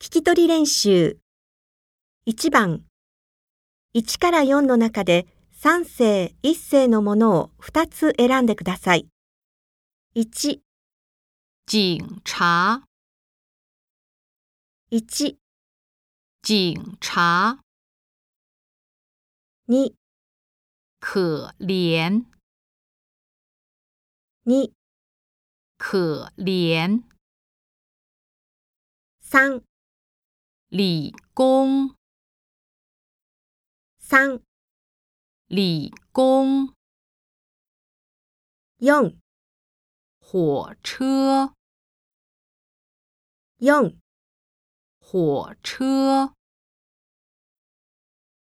聞き取り練習。1番。1から4の中で3声、1声のものを2つ選んでください。1、警察， 1、警察， 2、可怜， 2、可怜， 3、理工， 3、理工， 4、火车， 4。火车。